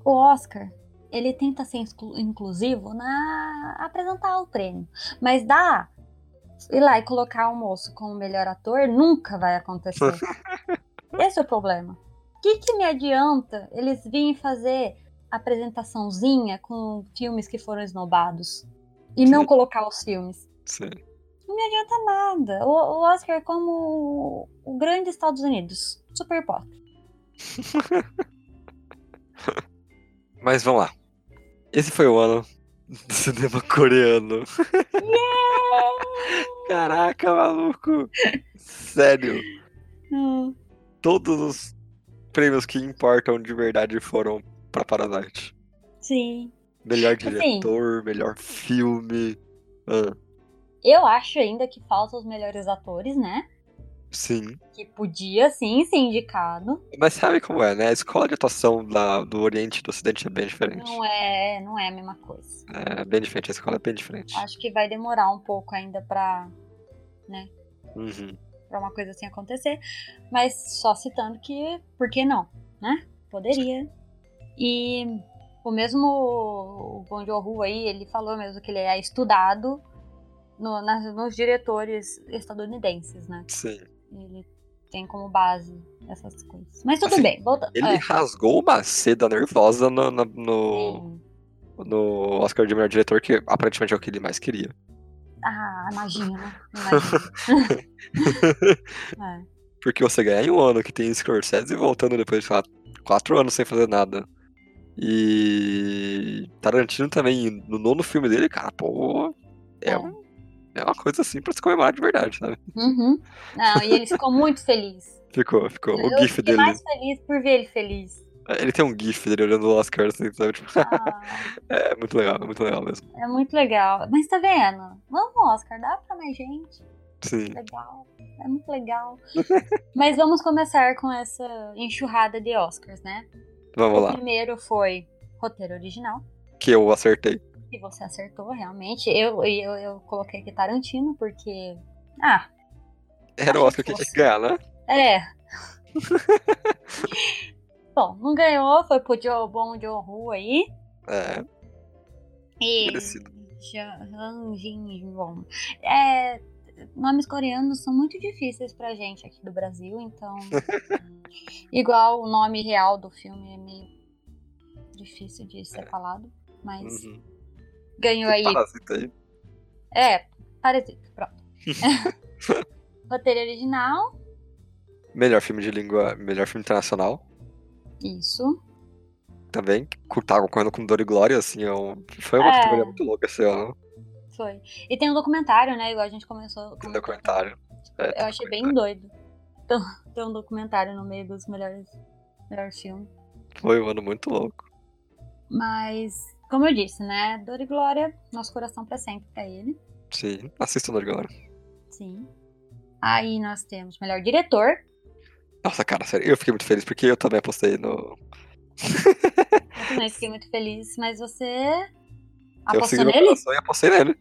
A: o Oscar, ele tenta ser exclu- inclusivo na apresentar o prêmio, mas dá ir lá e colocar o moço como melhor ator nunca vai acontecer. Esse é o problema. O que, que me adianta eles virem fazer apresentaçãozinha com filmes que foram esnobados e não
B: Sim.
A: colocar os filmes?
B: Sim.
A: Não me adianta nada. O, o Oscar é como o, o grande Estados Unidos, super pop.
B: Mas vamos lá. Esse foi o ano do cinema coreano. Caraca, maluco! Sério,
A: Hum.
B: todos os prêmios que importam de verdade foram pra Parasite.
A: Sim.
B: Melhor
A: Assim.
B: diretor, melhor filme. Ah,
A: Eu acho ainda que faltam os melhores atores, né?
B: sim.
A: Que podia sim ser indicado.
B: Mas sabe como é, né? A escola de atuação da- do Oriente e do Ocidente é bem diferente.
A: Não é, não é a mesma coisa.
B: É bem diferente, a escola é bem diferente.
A: Acho que vai demorar um pouco ainda pra, É.
B: Uhum.
A: pra uma coisa assim acontecer. Mas só citando que, por que não? Né? Poderia. E o mesmo o Bon Joon-ho aí, ele falou mesmo que ele é estudado no- nas- nos diretores estadunidenses, né?
B: Sim.
A: Ele tem como base essas coisas. Mas tudo
B: Assim,
A: bem, voltando.
B: Ele
A: É.
B: rasgou uma seda nervosa no- na- no,
A: Sim.
B: no Oscar de melhor diretor, que aparentemente é o que ele mais queria.
A: Ah, imagina. Imagina. É.
B: Porque você ganha em um ano que tem Scorsese voltando depois de sei lá, quatro anos sem fazer nada. E Tarantino também, no nono filme dele, cara, pô, é,
A: É.
B: um- É uma coisa assim pra se comemorar de verdade, sabe?
A: Uhum. Não, e ele ficou muito feliz.
B: Ficou, ficou. O
A: É, eu
B: gif
A: fiquei
B: dele.
A: mais feliz por ver ele feliz.
B: Ele tem um gif dele olhando o Oscar, assim, sabe? Tipo,
A: Ah,
B: é muito legal, é muito legal mesmo.
A: é muito legal. Mas tá vendo? Vamos, Oscar, dá pra mais gente.
B: Sim.
A: Legal. É muito legal. Mas vamos começar com essa enxurrada de Oscars, né?
B: Vamos
A: O
B: lá.
A: primeiro foi roteiro original.
B: Que eu acertei.
A: E você acertou, realmente. Eu, eu, eu coloquei aqui Tarantino, porque. Ah,
B: Era o Oscar que tinha que ganhar, né?
A: é. Bom, não ganhou, foi pro Joe Bom Joe Ru aí.
B: É,
A: E.
B: merecido.
A: Jang Jin Won. É, nomes coreanos são muito difíceis pra gente aqui do Brasil, então. igual o nome real do filme é meio difícil de ser falado, mas
B: Uhum.
A: ganhou aí.
B: Parasita aí.
A: É, parasita, pronto. Roteiro original,
B: Melhor filme de língua, melhor filme internacional
A: isso.
B: também. que Tava concorrendo com Dor e Glória, assim, é um- foi uma
A: É.
B: categoria muito louca esse ano.
A: Foi. E tem um documentário, né? Igual a gente começou.
B: Um
A: comentou.
B: documentário. É,
A: Eu achei bem doido. Então, ter um documentário no meio dos melhores, melhores filmes.
B: Foi um ano muito louco.
A: Mas, como eu disse, né? Dor e Glória, nosso coração pra sempre pra ele.
B: Sim, assista Dor e Glória.
A: Sim. Aí nós temos melhor diretor.
B: Nossa, cara, sério, eu fiquei muito feliz porque eu também apostei no.
A: Eu também é fiquei muito feliz, mas você
B: eu
A: apostou
B: segui meu
A: nele?
B: coração e apostei nele.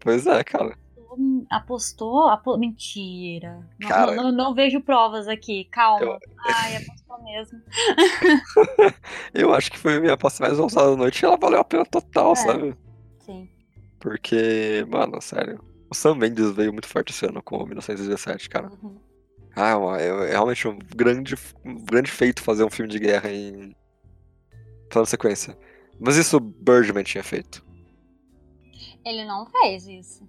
B: Pois é, cara.
A: Apostou? Apo- Mentira. Não,
B: Cara.
A: não- não- não vejo provas aqui, calma.
B: Eu-
A: Ai, apostou mesmo.
B: Eu acho que foi a minha aposta mais ousada da noite e ela valeu a pena total,
A: É.
B: sabe?
A: Sim.
B: Porque, mano, sério. O Sam Mendes veio muito forte esse ano com o 1917, cara.
A: Uhum.
B: Ah, é uma- é é realmente um grande, um grande feito fazer um filme de guerra em plano sequência. Mas isso o Birdman tinha feito.
A: Ele não fez isso.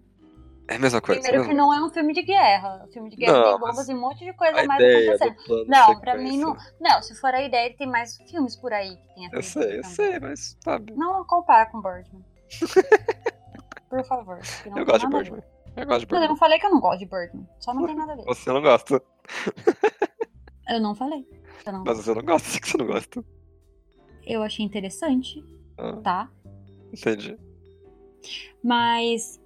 B: É a mesma coisa.
A: Primeiro que
B: mesmo.
A: não é um filme de guerra. Filme de guerra
B: Não,
A: tem bombas
B: mas
A: e um monte de coisa
B: a
A: mais
B: ideia
A: acontecendo.
B: do plano
A: Não,
B: sequência.
A: pra mim não. Não, se for a ideia, tem mais filmes por aí que tem essa
B: Eu sei, eu
A: ideia também.
B: sei, mas sabe.
A: Não compara com Birdman. Por favor. que não
B: Eu
A: tem
B: gosto de
A: nada um a ver.
B: Birdman. Eu gosto de
A: Mas eu não
B: Birdman.
A: falei que eu não gosto de Birdman. Só não tem nada a ver.
B: Você não gosta.
A: Eu não falei. Eu, não-
B: Mas você não gosta, eu sei que você não gosta.
A: eu achei interessante,
B: Ah,
A: tá?
B: entendi.
A: Mas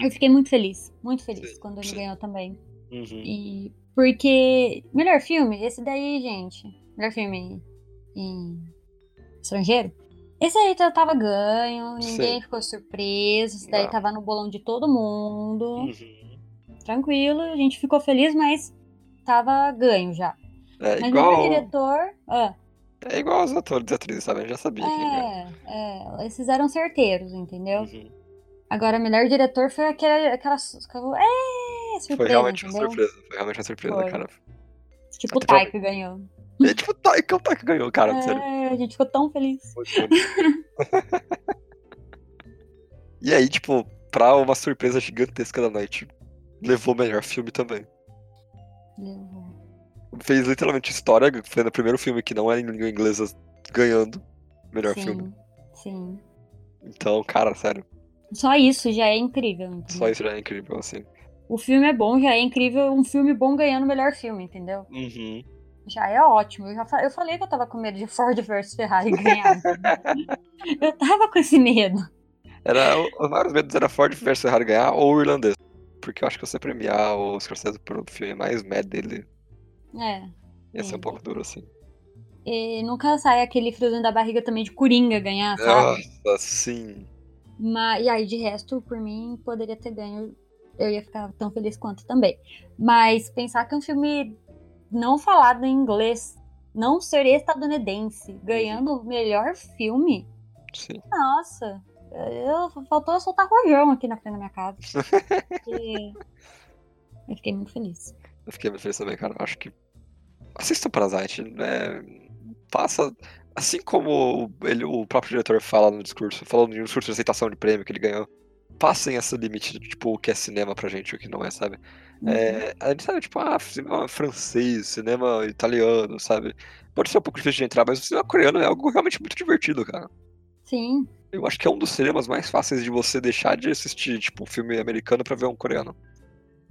A: eu fiquei muito feliz. Muito feliz
B: Sim,
A: quando ele
B: sim.
A: ganhou também.
B: Uhum.
A: E porque. Melhor filme, esse daí, gente. Melhor filme em estrangeiro. Esse aí já tava ganho, ninguém
B: Sim.
A: ficou surpreso. Esse daí
B: Não.
A: tava no bolão de todo mundo.
B: Uhum.
A: tranquilo, a gente ficou feliz, mas tava ganho já.
B: É
A: Mas igual...
B: igual,
A: diretor. Ah,
B: é igual os atores e atrizes, sabe? Eu já sabia quem era.
A: é, é, esses eram certeiros, entendeu?
B: Uhum.
A: Agora, melhor diretor foi aquela. aquela su- su- é, surpresa,
B: Foi realmente uma
A: entendeu?
B: surpresa. Foi realmente uma surpresa,
A: Foi.
B: cara.
A: Tipo, o
B: Até pra-
A: Taika ganhou.
B: É tipo, tá, que o Taika ganhou, cara, sério.
A: É, a gente ficou tão feliz.
B: e aí, tipo, pra uma surpresa gigantesca da noite, levou o melhor filme também.
A: Levou.
B: Fez literalmente história, foi no primeiro filme que não é em língua inglesa ganhando o melhor
A: sim,
B: filme.
A: sim.
B: Então, cara, sério,
A: Só isso já é incrível. entendeu?
B: só isso já é incrível, assim.
A: O filme é bom, já é incrível. Um filme bom ganhando o melhor filme, entendeu?
B: Uhum.
A: Já é ótimo. Eu, já fa- eu falei que eu tava com medo de Ford versus Ferrari ganhar. eu tava com esse medo.
B: Era, o- os maiores medos era Ford versus Ferrari ganhar ou o irlandês. Porque eu acho que você premiar o Scorsese por um filme mais mad dele
A: É.
B: ia ser um
A: É.
B: pouco duro, assim.
A: E nunca sai aquele friozinho da barriga também de Coringa ganhar, sabe?
B: Nossa, sim.
A: Mas, e aí, de resto, por mim, poderia ter ganho. Eu ia ficar tão feliz quanto também. Mas pensar que um filme não falado em inglês, não ser estadunidense, ganhando o melhor filme,
B: Sim.
A: Nossa, eu, faltou eu soltar rojão aqui na frente da minha casa. Porque eu fiquei muito feliz.
B: Eu fiquei muito feliz também, cara. Eu Acho que. Assista o Parasite, né? Faça. Assim como o- ele, o próprio diretor fala no discurso, falando no discurso de aceitação de prêmio que ele ganhou, passem esse limite de tipo o que é cinema pra gente e o que não é, sabe? É,
A: Uhum.
B: a gente sabe, tipo, ah, cinema francês, cinema italiano, sabe? Pode ser um pouco difícil de entrar, mas o cinema coreano é algo realmente muito divertido, cara.
A: Sim,
B: Eu acho que é um dos cinemas mais fáceis de você deixar de assistir, tipo, um filme americano pra ver um coreano.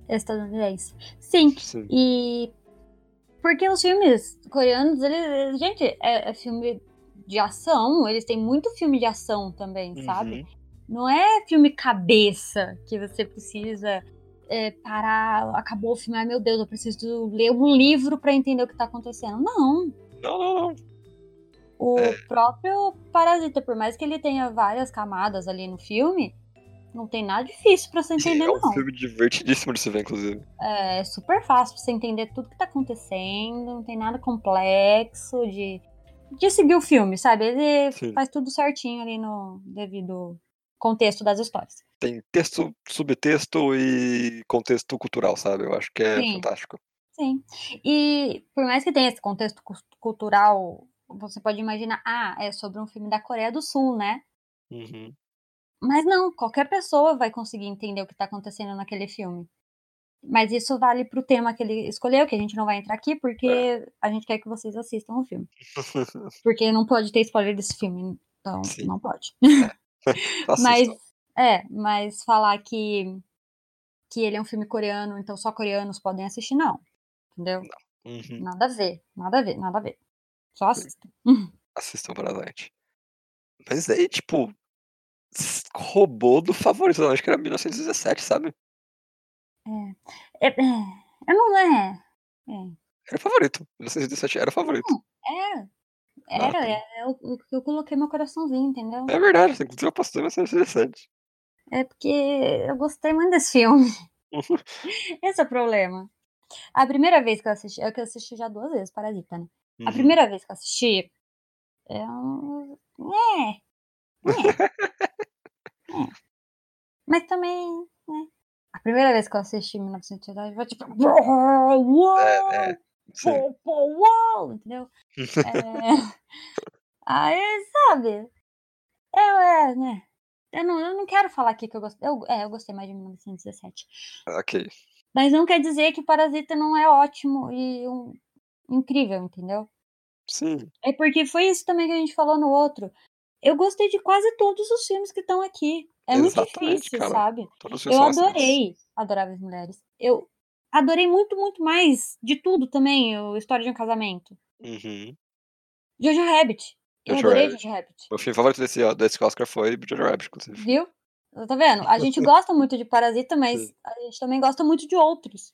A: é Estadunidense. Sim.
B: Sim.
A: E. Porque os filmes coreanos, eles. Gente, é, é filme de ação. Eles têm muito filme de ação também, sabe?
B: Uhum.
A: Não é filme cabeça que você precisa é, parar. Acabou o filme, ai meu Deus, eu preciso ler um livro pra entender o que tá acontecendo. Não.
B: Não, não, não.
A: O
B: É.
A: próprio Parasita, por mais que ele tenha várias camadas ali no filme, não tem nada difícil pra você entender,
B: é um
A: não.
B: filme divertidíssimo de se ver, inclusive.
A: É super fácil pra você entender tudo que tá acontecendo, não tem nada complexo de, de seguir o filme, sabe? Ele
B: Sim.
A: faz tudo certinho ali no devido contexto das histórias.
B: Tem texto, subtexto e contexto cultural, sabe? Eu acho que é
A: Sim.
B: fantástico.
A: Sim. E por mais que tenha esse contexto cus- cultural, você pode imaginar, ah, é sobre um filme da Coreia do Sul, né?
B: Uhum.
A: Mas não, qualquer pessoa vai conseguir entender o que está acontecendo naquele filme. Mas isso vale pro tema que ele escolheu, que a gente não vai entrar aqui, porque
B: É.
A: a gente quer que vocês assistam o filme. Porque não pode ter spoiler desse filme, então
B: Sim.
A: não pode. Mas,
B: Assistam.
A: é, mas falar que, que ele é um filme coreano, então só coreanos podem assistir, não. Entendeu?
B: Uhum.
A: Nada a ver, nada a ver, nada a ver. Só assista.
B: Assistam Parasite. Mas aí, tipo, s- roubou do favorito, eu acho que era 1917, sabe?
A: É, é, eu não é.
B: Era o favorito. 1917 era o favorito.
A: É.
B: Ah,
A: Era,
B: tá.
A: é, eu, eu coloquei meu coraçãozinho, entendeu?
B: É verdade, você inclusive apostou em 1917.
A: É porque eu gostei muito desse filme. Esse é o problema. A primeira vez que eu assisti, é que eu assisti já duas vezes, Parasita, né? A
B: Uhum.
A: primeira vez que eu assisti, eu. É. É. é. Mas também. né? A primeira vez que eu assisti em 1980, eu vou tipo. Uou!
B: É, é. Sim.
A: Pô, pô, uou! Entendeu? É... Aí, sabe? Eu, é, né? Eu não, eu não quero falar aqui que eu gostei. Eu, é, eu gostei mais de 1917.
B: Ok.
A: Mas não quer dizer que Parasita não é ótimo e um- incrível, entendeu?
B: Sim.
A: É porque foi isso também que a gente falou no outro. Eu gostei de quase todos os filmes que estão aqui. É muito
B: Exatamente,
A: difícil,
B: cara.
A: sabe?
B: Todos os
A: Eu
B: filmes são assim.
A: adorei Adoráveis Mulheres. Eu adorei muito, muito mais de tudo também. O História de um Casamento.
B: Uhum.
A: Jojo Rabbit. Eu
B: Jojo
A: adorei
B: Rabbit.
A: Jojo Rabbit.
B: Meu filme favorito desse, desse Oscar foi Jojo Rabbit, inclusive.
A: Viu? Tá vendo? A gente gosta muito de Parasita, mas
B: Sim.
A: a gente também gosta muito de outros.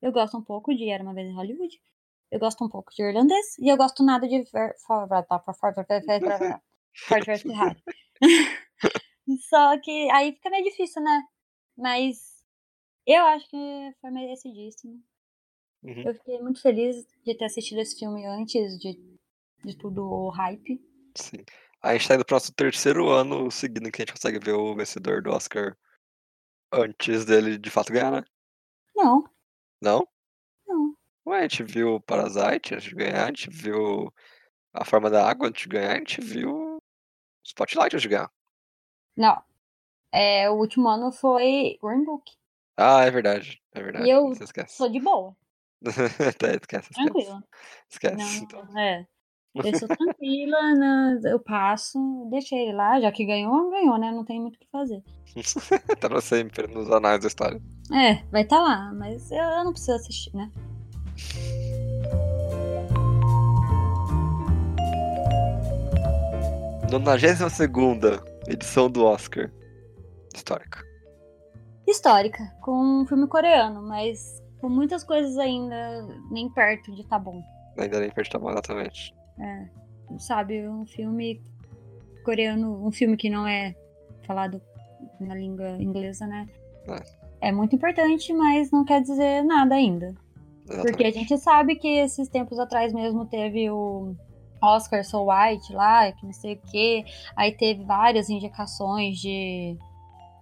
A: Eu gosto um pouco de Era Uma Vez em Hollywood. Eu gosto um pouco de Irlandês. E eu gosto nada de Ver- For- Fra- Fra- Fra- Fra- Fra- Fra- Fra- Fra- Fra- Ford vs Ferrari. Só que aí fica meio difícil, né? Mas eu acho que foi merecidíssimo.
B: Uhum.
A: Eu fiquei muito feliz de ter assistido esse filme antes de, de tudo o hype.
B: Sim. A gente tá indo pro nosso terceiro ano seguindo que a gente consegue ver o vencedor do Oscar antes dele de fato ganhar, né?
A: Não,
B: Não?
A: não.
B: Ué, a gente viu o Parasite antes de ganhar, a gente viu A Forma da Água antes de ganhar, a gente viu Spotlight antes de ganhar.
A: Não. É, o último ano foi Green Book.
B: Ah, é verdade, é verdade.
A: eu
B: Você esquece.
A: Sou de boa,
B: tá, esquece, esquece.
A: tranquila.
B: Esquece. então.
A: Não, é. Eu sou tranquila, né, eu passo, deixei ele lá, já que ganhou, ganhou, né? Não tem muito o que fazer.
B: tá pra sempre nos anais da história.
A: É, vai estar lá, mas eu, eu não preciso assistir, né?
B: Nonagésima segunda edição do Oscar. Histórica.
A: Histórica, com um filme coreano, mas com muitas coisas ainda nem perto de tá bom.
B: Ainda nem perdi tamanho exatamente.
A: Sabe, um filme coreano, um filme que não é falado na língua inglesa, né? É muito importante, mas não quer dizer nada ainda. Porque a
B: Exatamente.
A: gente sabe que esses tempos atrás mesmo teve o Oscar So White lá, que não sei o quê. Aí teve várias indicações de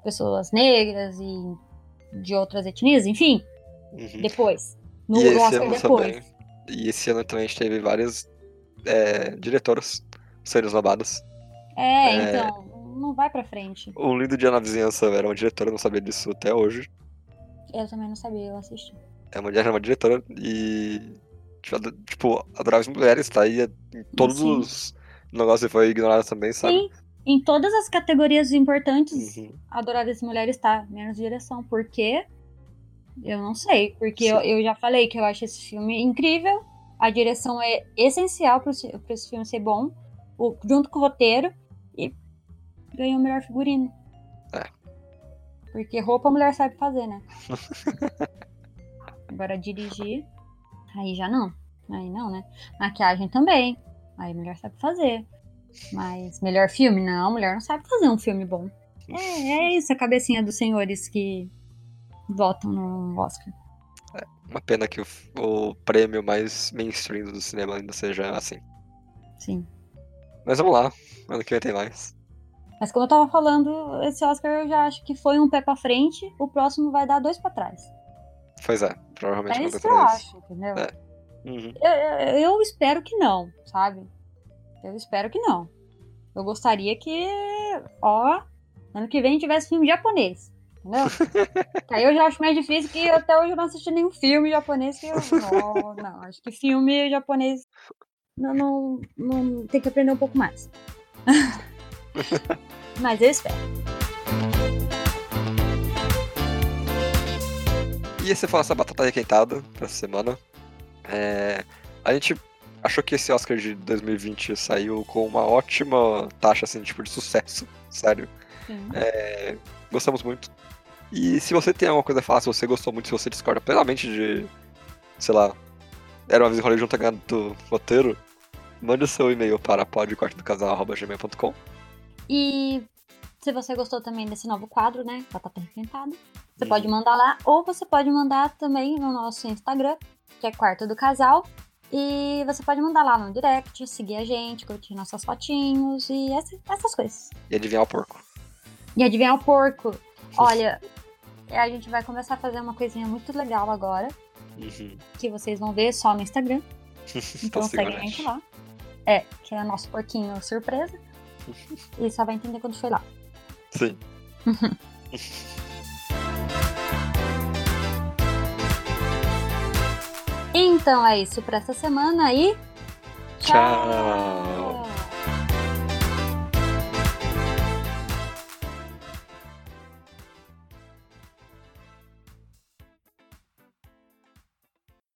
A: pessoas negras e de outras etnias, enfim,
B: Uhum.
A: depois. No
B: E esse
A: Oscar
B: ano
A: depois.
B: também. E esse ano também a gente teve vários é, diretores sendo nobados.
A: É,
B: É.
A: então, não vai pra frente.
B: O Um Lindo Dia na Vizinhança era uma diretora, eu não sabia disso até hoje.
A: Eu também não sabia, eu assisti.
B: É uma mulher, é uma diretora e. tipo, ado- Tipo, adorava as mulheres, tá? E é- em todos
A: Sim.
B: os negócios foi ignorado também, sabe?
A: Sim, Em todas as categorias importantes,
B: Uhum.
A: a Adoráveis Mulheres tá, menos direção. Por quê? Eu não sei, porque eu, eu já falei que eu acho esse filme incrível. A direção é essencial para esse filme ser bom, o- junto com o roteiro, e ganhou o melhor figurino.
B: É.
A: Porque roupa a mulher sabe fazer, né? Agora dirigir, aí já não. Aí não, né? Maquiagem também. Aí mulher sabe fazer. Mas melhor filme? Não, mulher não sabe fazer um filme bom. É, é isso, a cabecinha dos senhores que votam no Oscar.
B: Uma pena que o, o prêmio mais mainstream do cinema ainda seja assim.
A: Sim.
B: Mas vamos lá, ano que vem tem mais.
A: Mas como eu tava falando, esse Oscar eu já acho que foi um pé pra frente, o próximo vai dar dois pra trás.
B: Pois é, provavelmente
A: É
B: vai
A: isso que eu
B: acontecer
A: acho, entendeu?
B: É. isso. Uhum.
A: Eu, eu- eu espero que não, sabe? Eu espero que não. Eu gostaria que, ó, ano que vem tivesse filme japonês. Entendeu? Que Aí eu já acho mais difícil que até hoje eu não assisti nenhum filme japonês que eu. Não, não, acho que filme japonês não, não, não- tem que aprender um pouco mais. Mas eu espero.
B: E esse foi a nossa batata requentada pra essa semana. É, a gente achou que esse Oscar de 2020 saiu com uma ótima taxa assim, tipo, de sucesso, sério.
A: Sim.
B: Gostamos muito. E se você tem alguma coisa a falar, se você gostou muito, se você discorda plenamente de, sei lá, era uma vez em Hollywood não tá ganhando do roteiro, mande o seu e-mail para podcortedocasal.gmail.com
A: E se você gostou também desse novo quadro, né? Batata Requentada, você
B: Uhum.
A: pode mandar lá, ou você pode mandar também no nosso Instagram, que é Quarto do Casal. E você pode mandar lá no direct, seguir a gente, curtir nossas fotinhos e essa- essas coisas.
B: e adivinhar o porco.
A: E adivinhar o porco. Olha, é, a gente vai começar a fazer uma coisinha muito legal agora,
B: Uhum.
A: que vocês vão ver só no Instagram. Então
B: siga
A: segue a gente lá. É, que é nosso porquinho surpresa. E só vai entender quando foi lá.
B: Sim.
A: Então é isso pra essa semana e.
B: Tchau.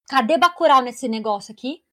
A: Cadê Bacurau nesse negócio aqui?